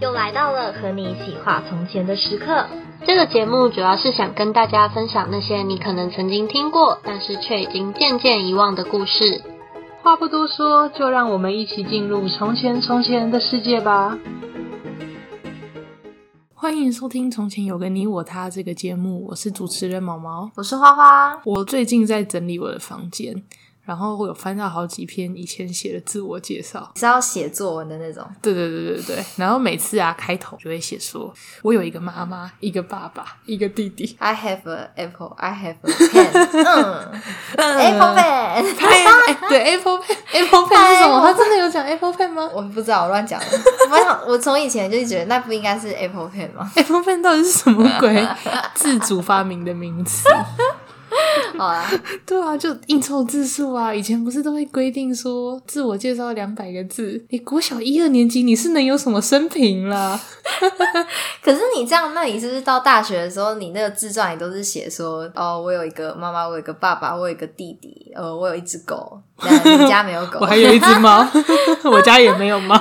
又来到了和你一起画从前的时刻。这个节目主要是想跟大家分享那些你可能曾经听过，但是却已经渐渐遗忘的故事。话不多说，就让我们一起进入从前从前的世界吧。欢迎收听《从前有个你我他》这个节目，我是主持人毛毛。我是花花，我最近在整理我的房间，然后我有翻到好几篇以前写的自我介绍。是要写作文的那种。对对对对对，然后每次啊开头就会写说，我有一个妈妈，一个爸爸，一个弟弟。 I have a apple, I have a pen，嗯，apple 呃 pen， 拍 哎对 Apple Pen Apple Pen 是什么？哎他真的有讲 Apple Pen 吗我不知道，我乱讲的。我想，我从以前就觉得那不应该是 apple pen 吗？ ？Apple Pen 哎到底是什么鬼自主发明的名词？好啦，对啊，就应酬字数啊，以前不是都会规定说自我介绍两百个字？你国小一二年级你是能有什么生平啦？可是你这样，那你是不是到大学的时候，你那个自传也都是写说，哦，我有一个妈妈，我有一个爸爸，我有一个弟弟，呃，我有一只狗， 但你家没有狗，我还有一只猫，我家也没有猫，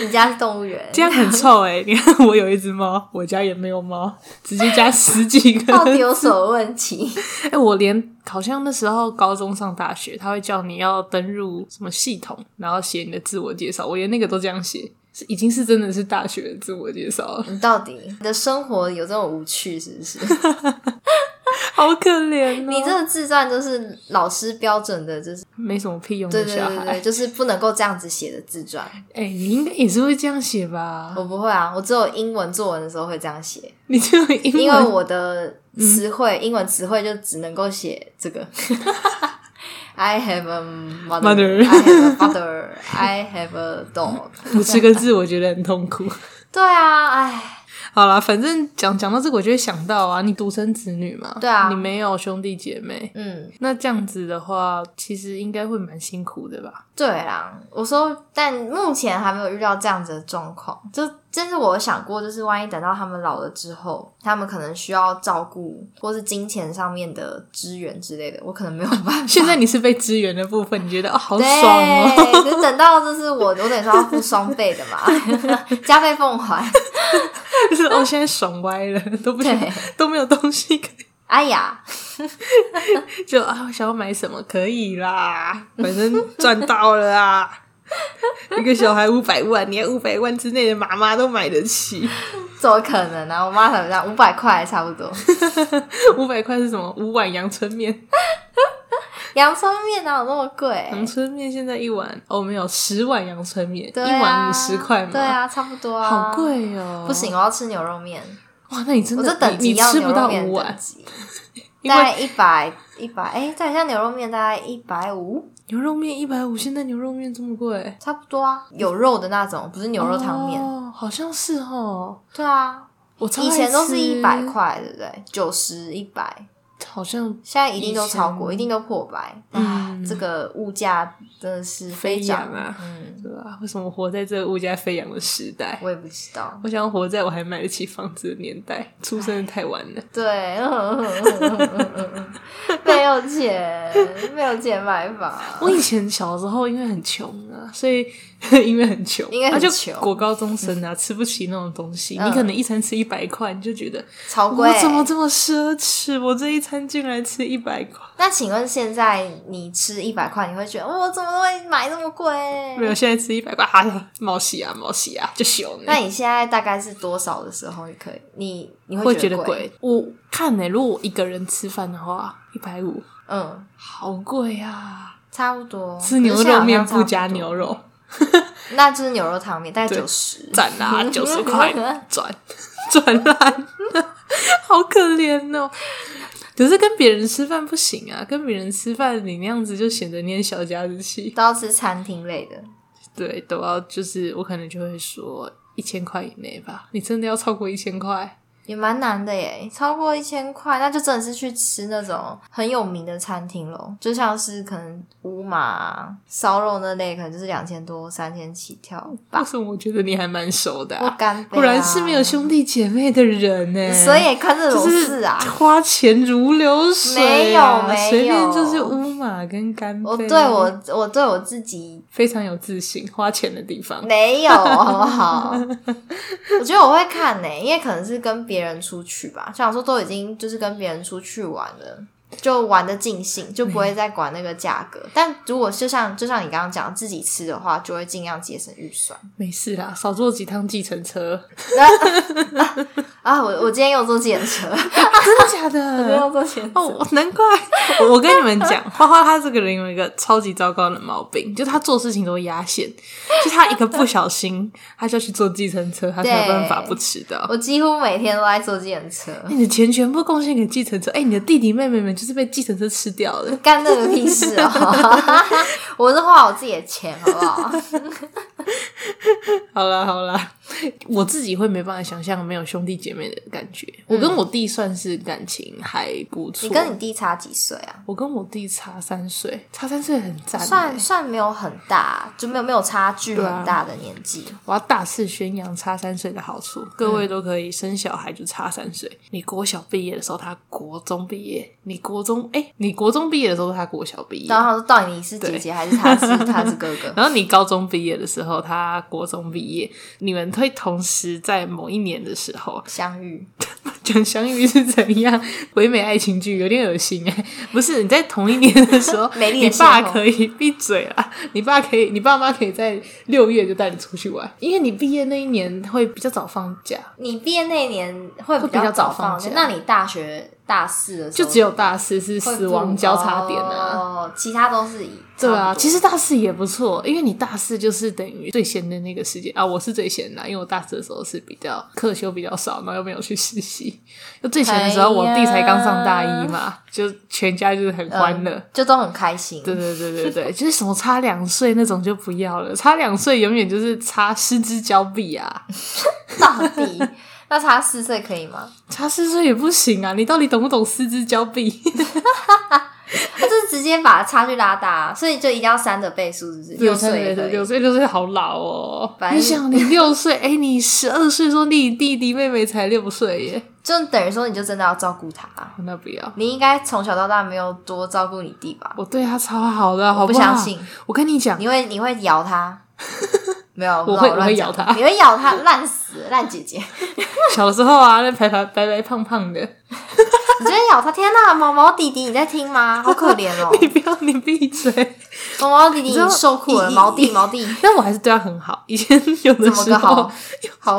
你家是动物园，这样很臭哎、你看我有一只猫，我家也没有猫，直接加十几个到底有什么问题？ 哎、我连好像那时候高中上大学，他会叫你要登入什么系统，然后写你的自我介绍，我连那个都这样写，是已经是真的是大学的自我介绍 了，你到底你的生活有这种无趣是 不是？好可怜哦！你这个自传就是老师标准的，就是没什么屁用对的对小对对孩对，，就是不能够这样子写的 自传。哎、你应该也是会这样写吧？我不会啊，我只有英文作文的时候会这样写，你就因因为为我的词汇、英文词汇就只能够写这个。I have a mother, Mother. I have a father, I have a dog。五十个字，我觉得很痛苦。对啊，哎，好啦，反正讲讲到这个，我就会想到啊，你独生子女嘛，对啊你没有兄弟姐妹，嗯，那这样子的话，其实应该会蛮辛苦的吧？对啦，我说，但目前还没有遇到这样子的状况。就真是我有想过，就是万一等到他们老了之后，他们可能需要照顾或是金钱上面的支援之类的，我可能没有办法。现 在你是被支援的部分，你觉得哦好对，爽哦，就等到就是我，我等于说要付双倍的嘛， 加倍奉还。就是哦现在爽歪了，都不想对， 都没有东西可以，哎呀，就啊我想要买什么可以啦，反正赚到了啊。一个小孩五百万，连五百万之内的妈妈都买得起。怎么可能啊？我妈才这样，五百块差不多。五百块是什么？五碗阳春面，阳春面哪有那么贵？阳春面现在一碗哦，没有十碗阳春面，对啊 一碗五十块嘛，对，啊，差不多啊，好。贵哦，不行，我要吃牛肉面，哇，那你真我的这等你级你要吃牛不肉到面五的碗等，级， 因大为概一百一百，哎，对，像牛肉面大概一百五，牛肉面一百五，现在牛肉面这么贵，差不多啊，有肉的那种，不是牛肉汤面。哦，好像是哦。对啊，我超爱以前都吃是一百，块，对不对？九十一百，好像现在一定都超过，以前一定都破百。啊嗯，这个物价真的是飞涨扬啊嗯，对吧？为什么活在这个物价飞扬的时代？我也不知道。我想要活在我还买得起房子的年代，出生的太晚了。对， 没有钱，没有钱买房。 我以前小时候因为很穷啊，所以 因为很穷，因为很啊就穷国高中生啊，吃不起那种东西。嗯你可能一餐吃一百块，你就觉得超贵我。怎么这么奢侈？我这一餐竟然吃一百块。那请问现在你吃一百块，你会觉得哦我怎么会买那么贵？没有，现在吃一百块，哎呀，毛喜啊，毛喜啊，就熊。那你现在大概是多少的时候你可以？你 你会会觉得觉贵？贵？我看呢、如果我一个人吃饭的话，一百五，嗯，好贵啊！差不多。吃牛肉面可是现在好像差不多加，牛肉，那就是牛肉汤面，大概对九十。赞啦，九十块， 赚赚烂，好可怜哦。可是跟别人吃饭不行啊，跟别人吃饭你那样子就显得你很小家子气。都要吃餐厅类的。对，都要就是我可能就会说一千块以内吧，你真的要超过一千块，也蛮难的耶，超过一千块，那就真的是去吃那种很有名的餐厅咯，就像是可能乌马啊烧肉那类，可能就是两千多、三千起跳吧为。什么我觉得你还蛮熟的、不啊？干杯、啊，果然是没有兄弟姐妹的人呢、所以看这就种是事啊， 花钱如流水、啊，没有没有随便就是乌马跟干贝。啊我对啊我我对我自己非常有自信，花钱的地方。没有，好不好？ 我觉得我会看呢、因为可能是跟别人出去吧，想说都已经就是跟别人出去玩了。就玩的尽兴，就不会再管那个价格。但如果就像就像你刚刚讲自己吃的话，就会尽量节省预算。没事啦，少坐几趟计程车。啊，我我今天又坐计程车，啊真的假 我 又的？坐计程车，哦，难怪 我我跟你们讲，花花她这个人有一个超级糟糕的毛病，就她做事情都压线，就她一个不小心，她就去坐计程车，她没有办法不迟到。我几乎每天都在坐计程车，你的钱全部贡献给计程车，哎、你的弟弟妹妹们就是被计程车吃掉的。干那个屁事哦！ 我是花我自己的钱，好不好？好啦好啦，我自己会没办法想象没有兄弟姐妹的感觉。我跟我弟算是感情还不错，你跟你弟差几岁啊？我跟我弟差三岁，差三岁很赞欸、算算没有很大，就没有没有差距啊很大的年纪。我要大肆宣扬差三岁的好处，各嗯位都可以生小孩就差三岁。你国小毕业的时候，他国中毕业；你国中哎、你国中毕业的时候，他国小毕业。然后他说：“到底你是姐姐还是他是 他是哥哥然后你高中毕业的时候，他国中毕业，你们会同时在某一年的时候？”相遇，，讲相遇是怎样？唯美爱情剧有点恶心哎、不是你在同一年的时候 美丽你的爸邂逅可以闭嘴啦，你爸可以，你爸妈可以在六月就带你出去玩，因为你毕业那一年会比较早放假，你毕业那一年会会比较早早放放假假，那你大学大四的时就候只有大四是会不死亡交叉点啊。哦，其他都是以对啊，其实实大四也不错，因为你大四就是等于最闲的那个时间啊。我是最闲的啊，因为我大四的时候是比较课修比较少，然后又没有去实习。就最闲的时候，哎呀我弟才刚上大一嘛，就全家就是很哎欢乐。嗯就都很开心。对对对对对，就是什么差两岁那种就不要了，差两岁永远就是差失之交臂啊，到 底那差四岁可以吗？差四岁也不行啊！你到底懂不懂失之交臂？他就是直接把差距拉大，啊所以就一定要三的倍数，是不是？六岁也可六以。岁六岁好老哦反！正你想，你六岁，哎、你十二岁，说你弟弟妹妹才六岁耶，就等于说你就真的要照顾他。那不要。你应该从小到大没有多照顾你弟吧？我对他超好的，好我不好？相信，我跟你讲你，会你会咬 它？没有，不我知道会乱我会讲咬它你会咬它，烂死烂姐姐，小时候啊，那白白白白胖胖的，你直接咬它！天哪，毛毛弟弟你在听吗？好可怜哦， 你不要你闭嘴。毛毛弟弟你知道你受苦了，一毛弟毛弟，但我还是对他很好。以前有的怎么时个候好，好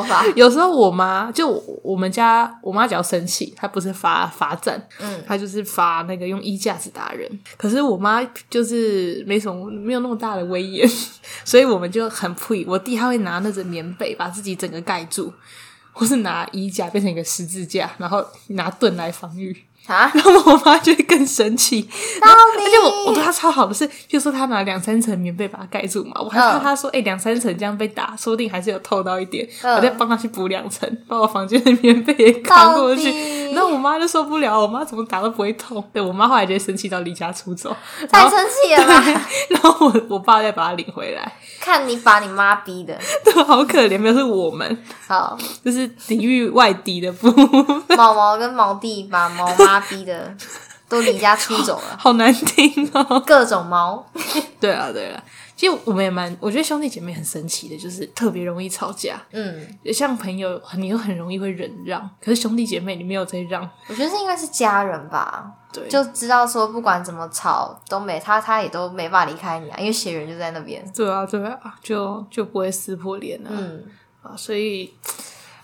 法？有时候我妈就我我们家我妈只要生气，她不是罚罚站，嗯她就是罚那个用衣架子打人。可是我妈就是没什么没有那么大的威严， 所以我们就很配。我弟他会拿那个棉被把自己整个盖住，或是拿衣架变成一个十字架，然后拿盾来防御。 啊！然后我妈就会更生气，到而且我我底对他超好的是，就说他拿两三层棉被把它盖住嘛，嗯我还怕他说，哎、两三层这样被打，说不定还是有透到一点，嗯我再帮他去补两层，把我房间的棉被也扛过去到 底。那我妈就受不了，我妈怎么打都不会痛。对我妈后来就生气到离家出走，然太后生气 了吧？然后我我爸再把她领回来，看你把你妈逼的，对，好可怜，没有是我们，好，就是抵御外敌的部分， 毛毛跟毛弟把毛妈逼的都离家出走了，好难听哦。各种毛。对啊，对啊，其实我们也蛮，我觉得兄弟姐妹很神奇的，就是特别容易吵架。嗯，像朋友，你又很容易会忍让，可是兄弟姐妹你没有在让，我觉得是应该是家人吧，对，就知道说不管怎么吵都没他，他也都没办法离开你啊，因为血缘就在那边。对啊，对啊，就就不会撕破脸啊，嗯，啊，所以，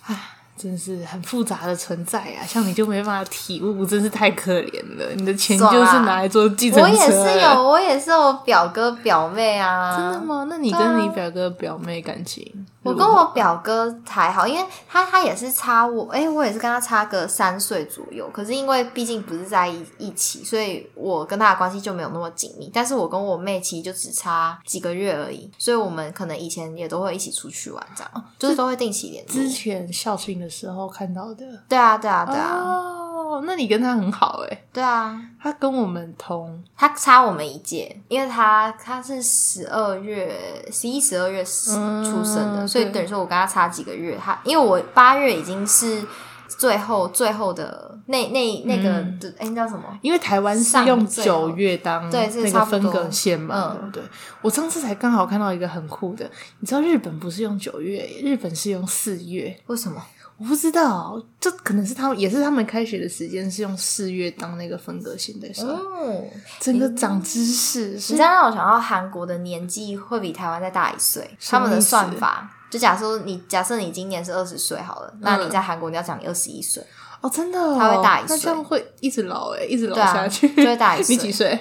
唉，真是很复杂的存在啊，像你就没办法体悟，真是太可怜了，你的钱爽啊就是拿来坐计程车，啊哎我也是有，。我也是有表哥表妹啊。真的？吗？那你跟你表哥表妹感情如我何？跟我表哥还好，因为他他也是差我，哎、我也是跟他差个三岁左右。可是因为毕竟不是在一一起，所以我跟他的关系就没有那么紧密。但是我跟我妹其实就只差几个月而已，所以我们可能以前也都会一起出去玩，这样就是都会定期联络。之前校庆的的时候看到的。对啊，对啊，对啊，哦，那你跟他很好哎、对啊，他跟我们同他差我们一届，因为他他是十二月十一、十二月出嗯生的，所以对等于说我跟他差几个月。他因为我八月已经是最后最后的那那那个嗯的，哎、那叫什么？因为台湾是上用最后九月当对这那差个不分多隔线嘛，对嗯不对？我上次才刚好看到一个很酷的，你知道日本不是用九月，日本是用四月，为什么？我不知道，这可能是他们也是他们开学的时间是用四月当那个分隔线在算，哦，整个长知识嗯是嗯你这样让我想到韩国的年纪会比台湾再大一岁，什他么们的意思算法。就假设你假设你今年是二十岁好了，那你嗯在韩国你要讲你二十一岁，哦，真的、哦，他会大一岁那这样会一直老哎、一直老对啊下去，就会大一岁你几岁？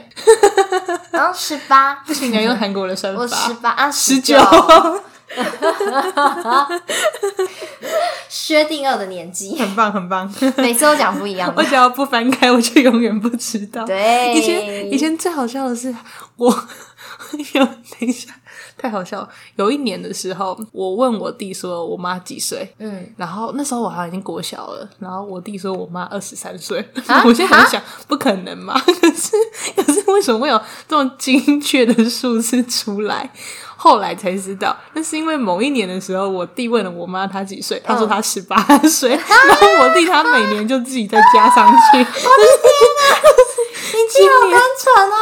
然后嗯十八，不行，你要啊用韩国的算我十法，八啊十九九，薛定谔的年 纪，很棒，很棒。 每次都讲不一样我的。只要不翻开，我就永远不知道。对以前以前最好笑的是我 有等一下，太好笑了。有一年的时候，我问我弟说我妈几岁，嗯，然后那时候我好像已经国小了，然后我弟说我妈二十三岁，啊我现在想想不可能嘛， 可是可是为什么会有这种精确的数字出来？后来才知道，那是因为某一年的时候，我弟问了我妈她几岁，她嗯说她十八岁， 然后我弟他每年就自己再加上去，你记得好单纯哦。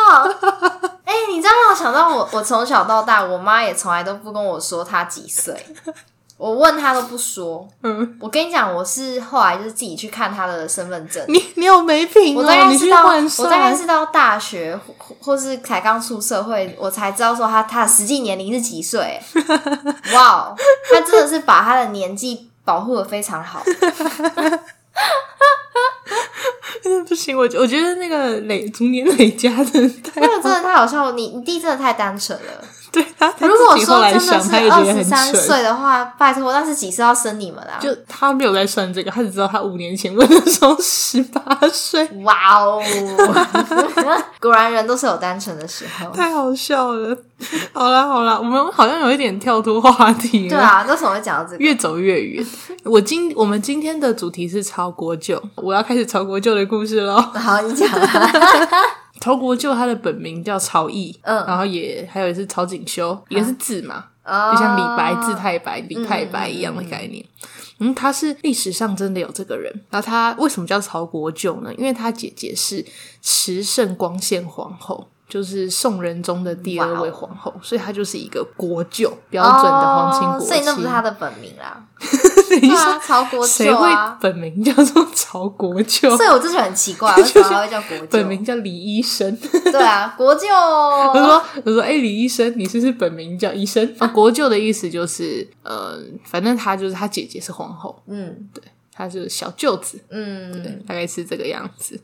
哎、你这样让我想到我，我从小到大，我妈也从来都不跟我说她几岁， 我问她都不说。嗯，我跟你讲，我是后来就是自己去看她的身份证。你你有没品我哦大，概你是去到换我大概算是。到大学或或或是才刚出社会，我才知道说她她的实际年龄是 几岁。哇哦，她真的是把她的年纪保护的非常好。不行，我我觉得那个累逐年累加的 太那个真的太好笑了，你你弟真的太单纯了。对他，他如果自己后说来真想的，是他也觉二得十很三蠢。岁的话，拜托，那是几岁要生你们啊？就他没有在算这个，他只知道他五年前问的时候十八 岁，哇哦，果然人都是有单纯的时候。太好笑了。好啦好啦，我们好像有一点跳脱话题了，对啊，为什么会讲到这个？越走越远。我今我们今天的主题是超国舅，我要开始超国舅的故事喽。好，你讲啊。超国舅他的本名叫曹毅，嗯然后也还有也是曹景修，一个是字嘛，哦就像李白字太白、嗯李太白一样的概念。嗯，他是历史上真的有这个人。然后他为什么叫曹国舅呢？因为他姐姐是慈圣光宪皇后，就是宋仁宗的第哦二位皇后，所以他就是一个国舅，标准的皇亲国哦戚。所以那不是他的本名啦。 等一对下啊，曹国谁舅会啊。本名叫做曹国舅所？以我之前很 奇怪，为什么他会叫国舅？本名叫李医生。对啊，国舅。 我说，我说，哎、李医生，你是不是本名叫医 生？啊，国舅的意思就是，呃，反正他就是他姐姐是皇后，嗯他是小舅子，对嗯，大概是这个样子。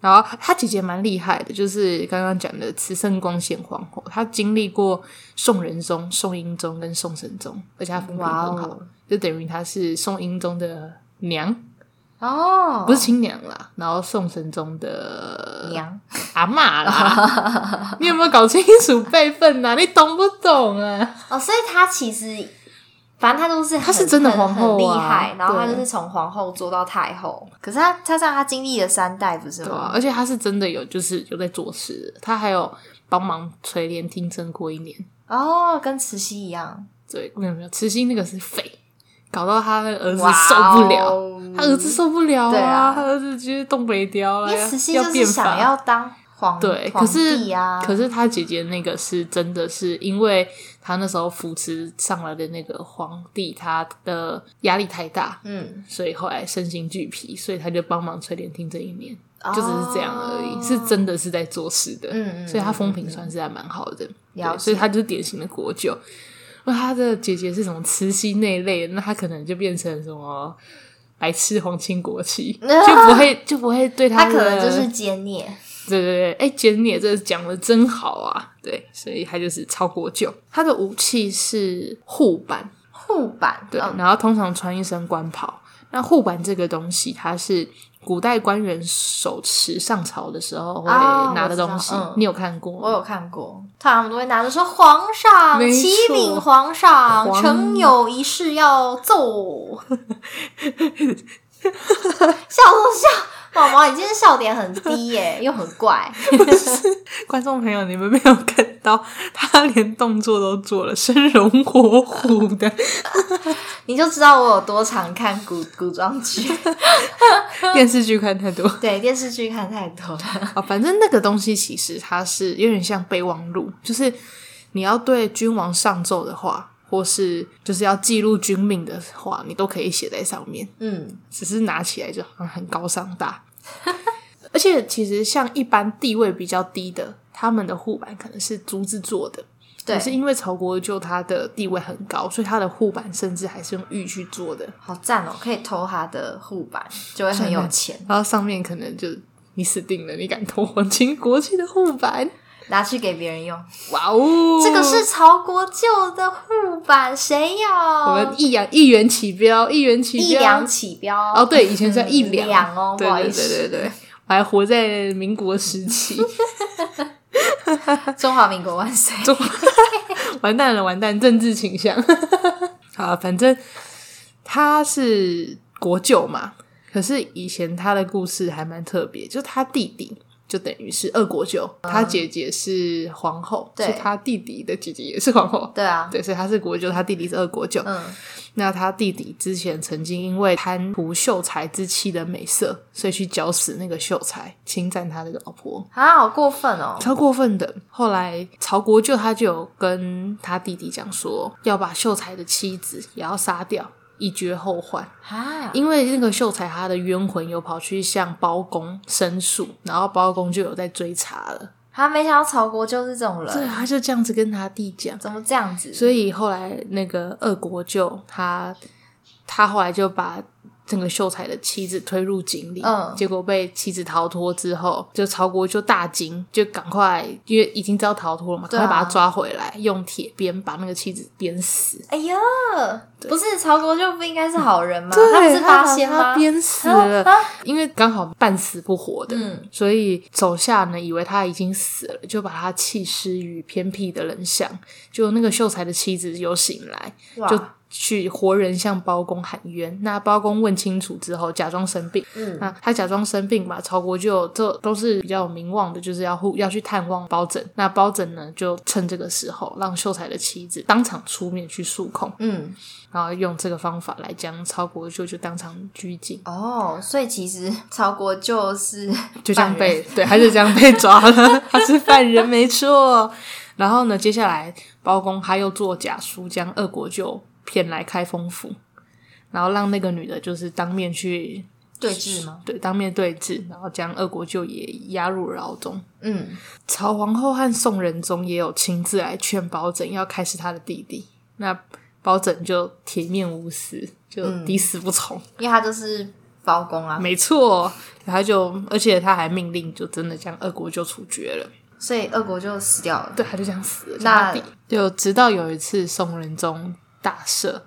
然后他姐姐蛮厉害的，就是刚刚讲的慈圣光显皇后，她经历过宋仁宗、宋英宗跟宋神宗，而且她风评哇很好，哦就等于她是宋英宗的娘，哦，不是亲娘啦，然后宋神宗的娘，阿嬷啦。 你有没有搞清楚辈分啊？你懂不懂啊？哦，所以她其实，反正她都是她她是真的皇后啊很厉害，然后她对就是从皇后做到太后。可是她，她让她经历了三代，不是对啊吗？，而且她是真的有，就是有在做事的，她还有帮忙垂帘听政过一年。哦，跟慈禧一样，对，没有没有，慈禧那个是废，搞到他的儿子哇受不了，哦他儿子受不了对啊他儿子就是东北雕了，哦因为慈禧要就是变法想要当皇对，可皇是帝啊，可是他姐姐那个是真的是因为他那时候扶持上来的那个皇帝，他的压力太大，嗯，所以后来身心俱疲，所以他就帮忙垂帘听这一年，哦就只是这样而已，是真的是在做事的，嗯嗯所以他风评算是还蛮好的，了对解所以他就是典型的国舅。那他的姐姐是什么慈禧那一类的，那他可能就变成什么白痴皇亲国 戚，就不会就不会对她的可能就是奸孽。对对对，哎，简姐这讲的真好啊，对，所以他就是超国舅，他的武器是护板，护板对，嗯然后通常穿一身官袍。那护板这个东西，它是古代官员手持上朝的时候会啊拿我的知道东西，嗯你有看过吗？我有看过，他们都会拿着说皇上没启错禀皇上，皇臣有一事要奏。 笑什么笑？毛毛，你今天笑点很低耶、 又很怪。观众朋友，你们没有看到，他连动作都做了，生龙活虎 的。你就知道我有多常看古古装剧， 电视剧看太 多对电视剧看太多了。啊，反正那个东西其实它是有点像备忘录，就是你要对君王上奏的话，或是就是要记录君命的话，你都可以写在上面。嗯，只是拿起来就好像很高尚大。 而且其实像一般地位比较低的，他们的护板可能是竹子做的，对可，是因为曹国舅他的地位很高，所以他的护板甚至还是用玉去做的，好赞哦、可以偷他的护板，就会很有钱。然后上面可能就你死定了，你敢偷皇亲国戚的护板？拿去给别人用，哇哦，这个是曹国舅的护板，谁有？我们一阳一元起标，一元起标，哦一两起标哦，对，以前叫一两、嗯两哦对不好对对意对思对，我还活在民国时期。中华民国万岁！中 完蛋了，完蛋，政治倾向。 好，反正他是国舅嘛，可是以前他的故事还蛮特别，就他弟弟就等于是二国舅，他姐姐是皇后，嗯对是他弟弟的姐姐也是皇后，对啊，对，所以他是国舅，他弟弟是二国舅。嗯，那他弟弟之前曾经因为贪图秀才之妻的美色，所以去绞死那个秀才，侵占他的老婆。啊，好过分哦！超过分的。后来曹国舅他就有跟他弟弟讲说，要把秀才的妻子也要杀掉，以绝后患。啊，因为那个秀才他的冤魂有跑去向包公申诉，然后包公就有在追查了。他没想到曹国舅是这种对，人，他就这样子跟他弟讲，怎么这样子？所以后来那个二国舅他他后来就把。整个秀才的妻子推入井里，嗯结果被妻子逃脱之后，就曹国就大惊，就赶快，因为已经知道逃脱了嘛，对赶、啊快把他抓回来，用铁鞭把那个妻子鞭死。哎呀，不是曹国舅不应该是好人吗？对，他不是八把仙吗他？鞭死了，啊因为刚好半死不活的，嗯所以手下呢以为他已经死了，就把他弃尸于偏僻的人巷。就那个秀才的妻子有醒来，哇就去活人向包公喊冤。那包公问清楚之后，假装生病。嗯，那他假装生病嘛，曹国舅这都是比较有名望的，就是要护要去探望包拯。那包拯呢，就趁这个时候让秀才的妻子当场出面去诉控，嗯，然后用这个方法来将曹国舅就当场拘禁。哦，所以其实曹国舅是就这样犯被人对，他就这样被抓了，他是犯人没错。然后呢，接下来包公他又做假书，将二国舅骗来开封府，然后让那个女的就是当面去对峙吗？对当面对质，然后将二国舅也押入牢中。嗯，曹皇后和宋仁宗也有亲自来劝包拯要开始他的弟弟，那包拯就铁面无私，就嗯抵死不从。因为他就是包公啊，没错，他就而且他还命令就真的将二国舅处决了。所以二国舅死掉了。对，他就这样死了。那那就直到有一次宋仁宗大赦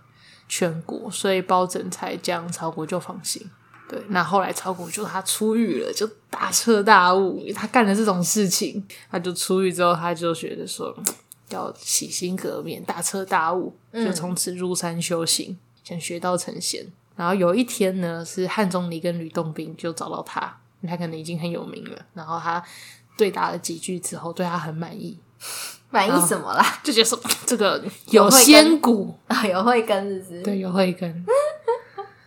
全国，所以包拯才将曹国舅放行。对，那后来曹国舅他出狱了，就大彻大悟，他干了这种事情，他就出狱之后，他就觉得说嗯要洗心革面，大彻大悟，就从此入山修行，想学道成仙。然后有一天呢，是汉钟离跟吕洞宾就找到他，他可能已经很有名了，然后他对答了几句之后，对他很满意，满意哦什么啦？ 就觉得说 这个有有慧根仙骨，有慧根是不是？对，有慧 根。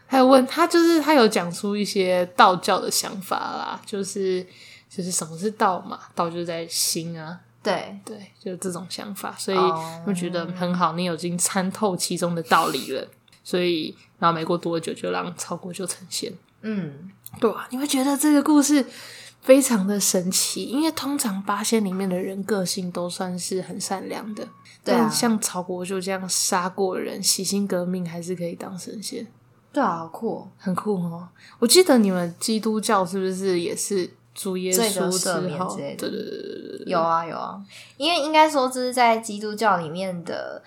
还有问他，就是他有讲出一些道教的想法啦，就是就是什么是道嘛，道就是在心啊，对，对，就这种想法，所以哦我觉得很好，你已经参透其中的道理了，所以然后没过多久就让曹国就成仙，嗯，对啊，你会觉得这个故事非常的神奇，因为通常八仙里面的人个性都算是很善良的，对啊但像曹国就这样杀过人，洗心革面，还是可以当神仙，对啊，好酷哦、很酷哦。我记得你们基督教是不是也是主耶罪得稣之赦免后，之类对的对对对对对，有啊有啊，因为应该说这是在基督教里面的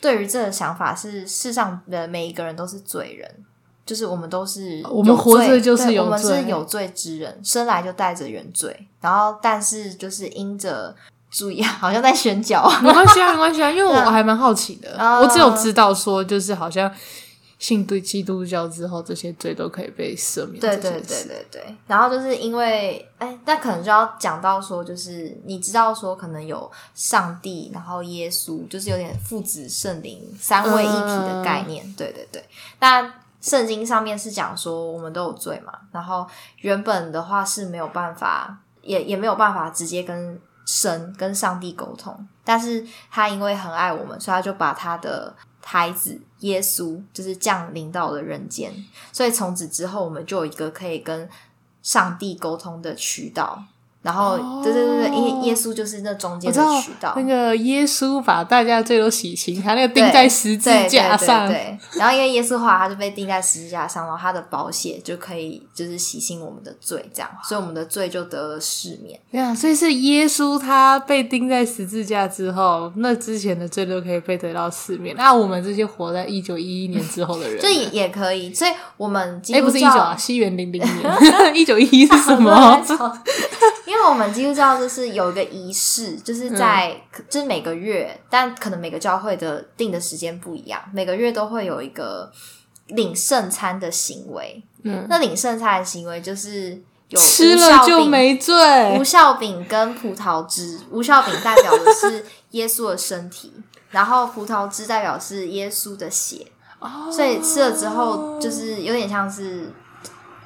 对于这个想法是世上的每一个人都是罪人，就是我们都是啊我们有罪活着就是对有我们罪是有罪之人，生来就带着原罪，然后但是就是因着注意， 好像在宣教，没关系啊，没关系啊，因为我还蛮好奇的，啊我只有知道说，就是好像信对基督教之后，这些罪都可以被赦免。对这件对事对，对对，然后就是因为哎，那可能就要讲到说，就是你知道说可能有上帝，然后耶稣，就是有点父子圣灵三位一体的概念。嗯对对对，那圣经上面是讲说我们都有罪嘛，然后原本的话是没有办法，也也没有办法直接跟神跟上帝沟通，但是他因为很爱我们，所以他就把他的。孩子耶稣就是降临到了人间，所以从此之后，我们就有一个可以跟上帝沟通的渠道。然后，哦对对对对，耶耶稣就是那中我间知的道渠道。那个耶稣把大家罪都洗清，他那个钉对在十字对对架对上，对然后因为耶稣华他就被钉在十字架上，然后他的宝血就可以就是洗清我们的罪，这样，所以我们的罪就得了赦免。对啊，所以是耶稣他被钉在十字架之后，那之前的罪都可以被得到赦免。那我们这些活在一九一一年之后的人，这也也可以，所以我们基哎，督不是一教、九 啊，西元零零年，一九一一是什么？因为我们基督教就是有一个仪式，嗯就是在、就是每个月，但可能每个教会的定的时间不一样，每个月都会有一个领圣餐的行为。嗯那领圣餐的行为就是有吃无效了就饼没罪。无效饼跟葡萄汁，无效饼代表的是 耶稣的身体，然后葡萄汁代表是耶稣的血。哦所以吃了之后，就是有点像是，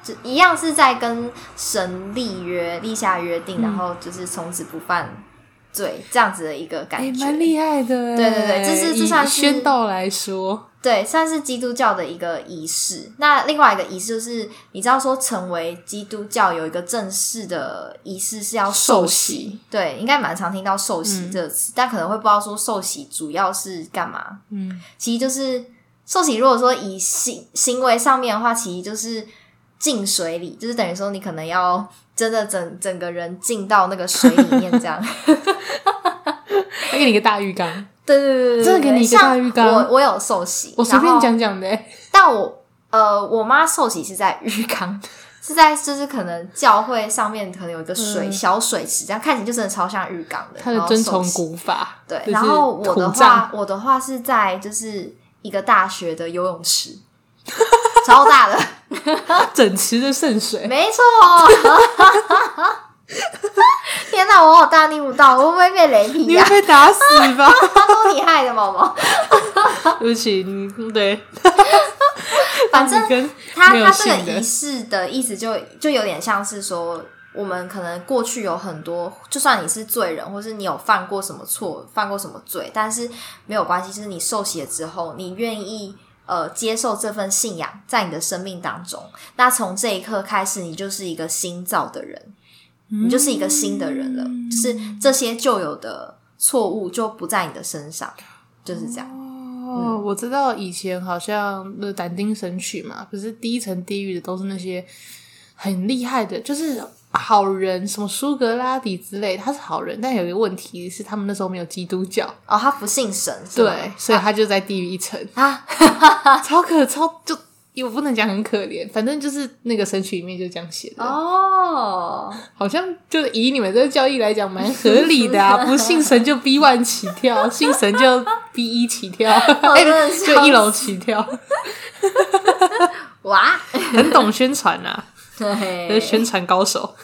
就一样是在跟神立约、立下约嗯定，然后就是从此不犯罪这样子的一个哎，感觉。蛮厉害的哎。对对对这是这以算是宣道来说，对，算是基督教的一个仪式。那另外一个仪式就是，你知道说成为基督教有一个正式的仪式是要受受洗。对，应该蛮常听到受洗嗯这个词，但可能会不知道说受洗主要是干嘛。嗯，其实就是受洗。如果说以行行为上面的话，其实就是浸水里，就是等于说你可能要真的整整个人浸到那个水里面这样。 他给你一个大浴缸，对对对对对，真的给你一个大浴缸像我我有受洗，我随然便后讲讲的哎。但我呃，我妈受洗是在浴缸，是在就是可能教会上面可能有一个水、嗯小水池，这样看起来就真的超像浴缸的。他的然后遵受从洗古法，对，就是然后我的土葬话，我的话是在就是一个大学的游泳池，超大的， 整池的圣水，没错。 天哪，我好大逆不道，我会不会被雷劈你呀、会被打死吧？ 他 说你害的，毛毛。对不起，你对， 反正你跟他没有他这性个的仪式的意思就就有点像是说，我们可能过去有很多，就算你是罪人，或是你有犯过什么错，犯过什么罪，但是没有关系，就是你受洗了之后，你愿意。呃，接受这份信仰在你的生命当中，那从这一刻开始，你就是一个新造的人，你就是一个新的人了，嗯就是这些旧有的错误就不在你的身上，就是这样。哦，我知道以前好像那《胆丁神曲》嘛，不是第一层地狱的都是那些很厉害的，就是好人，什么苏格拉底之类，他是好人，但有一个问题是他们那时候没有基督教，哦，他不信神，是吗对，所以他就在地狱一层，啊，超可超就。也不能讲很可怜，反正就是那个神曲里面就这样写的，哦，好像就是以你们这个教义来讲，蛮合理的 啊。不信神就 B one 起跳，信神就 B 一起跳，哎、哦真的笑死就一楼起跳，哇，很懂宣传啊。 就是 对宣传高手。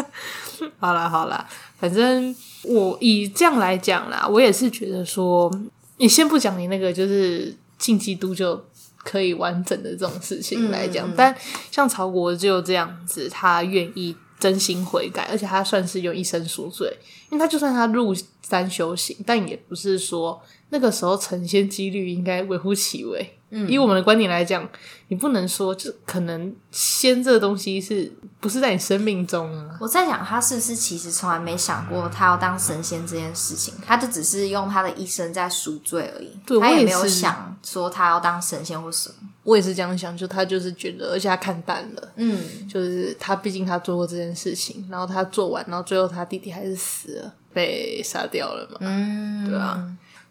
好啦好啦，反正我以这样来讲啦，我也是觉得说，你先不讲你那个就是进基督就可以完整的这种事情来讲，嗯嗯嗯但像曹国就这样子，他愿意。真心悔改，而且他算是用一生赎罪，因为他就算他入山修行，但也不是说那个时候成仙几率应该微乎其微。嗯以我们的观点来讲，你不能说，就是可能仙这个东西是不是在你生命中啊？我在想，他是不是其实从来没想过他要当神仙这件事情？他就只是用他的一生在赎罪而已对，他我也没有是想说他要当神仙或什么。我也是这样想，就他就是觉得，而且他看淡了，嗯，就是他毕竟他做过这件事情，然后他做完，然后最后他弟弟还是死了，被杀掉了嘛。嗯，对啊，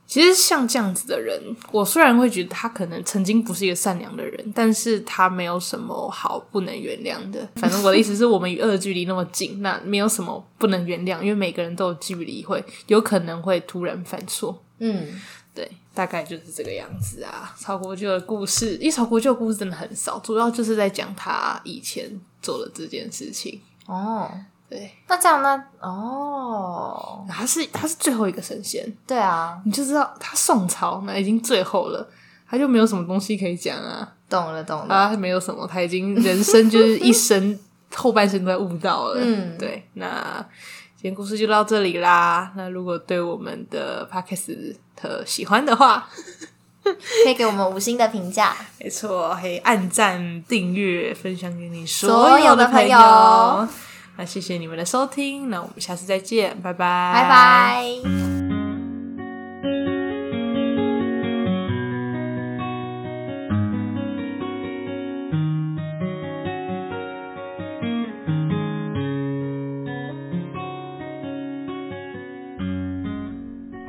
其实像这样子的人，我虽然会觉得他可能曾经不是一个善良的人，但是他没有什么好不能原谅的。反正我的意思是我们与恶的距离那么近，那没有什么不能原谅，因为每个人都有距离，会有可能会突然犯错。嗯，对，大概就是这个样子啊。曹国舅的故事，因为曹国舅的故事真的很少，主要就是在讲他以前做的这件事情。哦，对，那这样呢？哦，他是他是最后一个神仙，对啊，你就知道他宋朝那已经最后了，他就没有什么东西可以讲啊，懂了懂了。他没有什么，啊他已经人生就是一生后半生都在悟道了。嗯对，那今天故事就到这里啦。那如果对我们的 podcast 特喜欢的话，可以给我们五星的评价。没错，可以按赞、订阅、分享给你所有的的朋朋友友那谢谢你们的收听，那我们下次再见，拜拜，拜拜。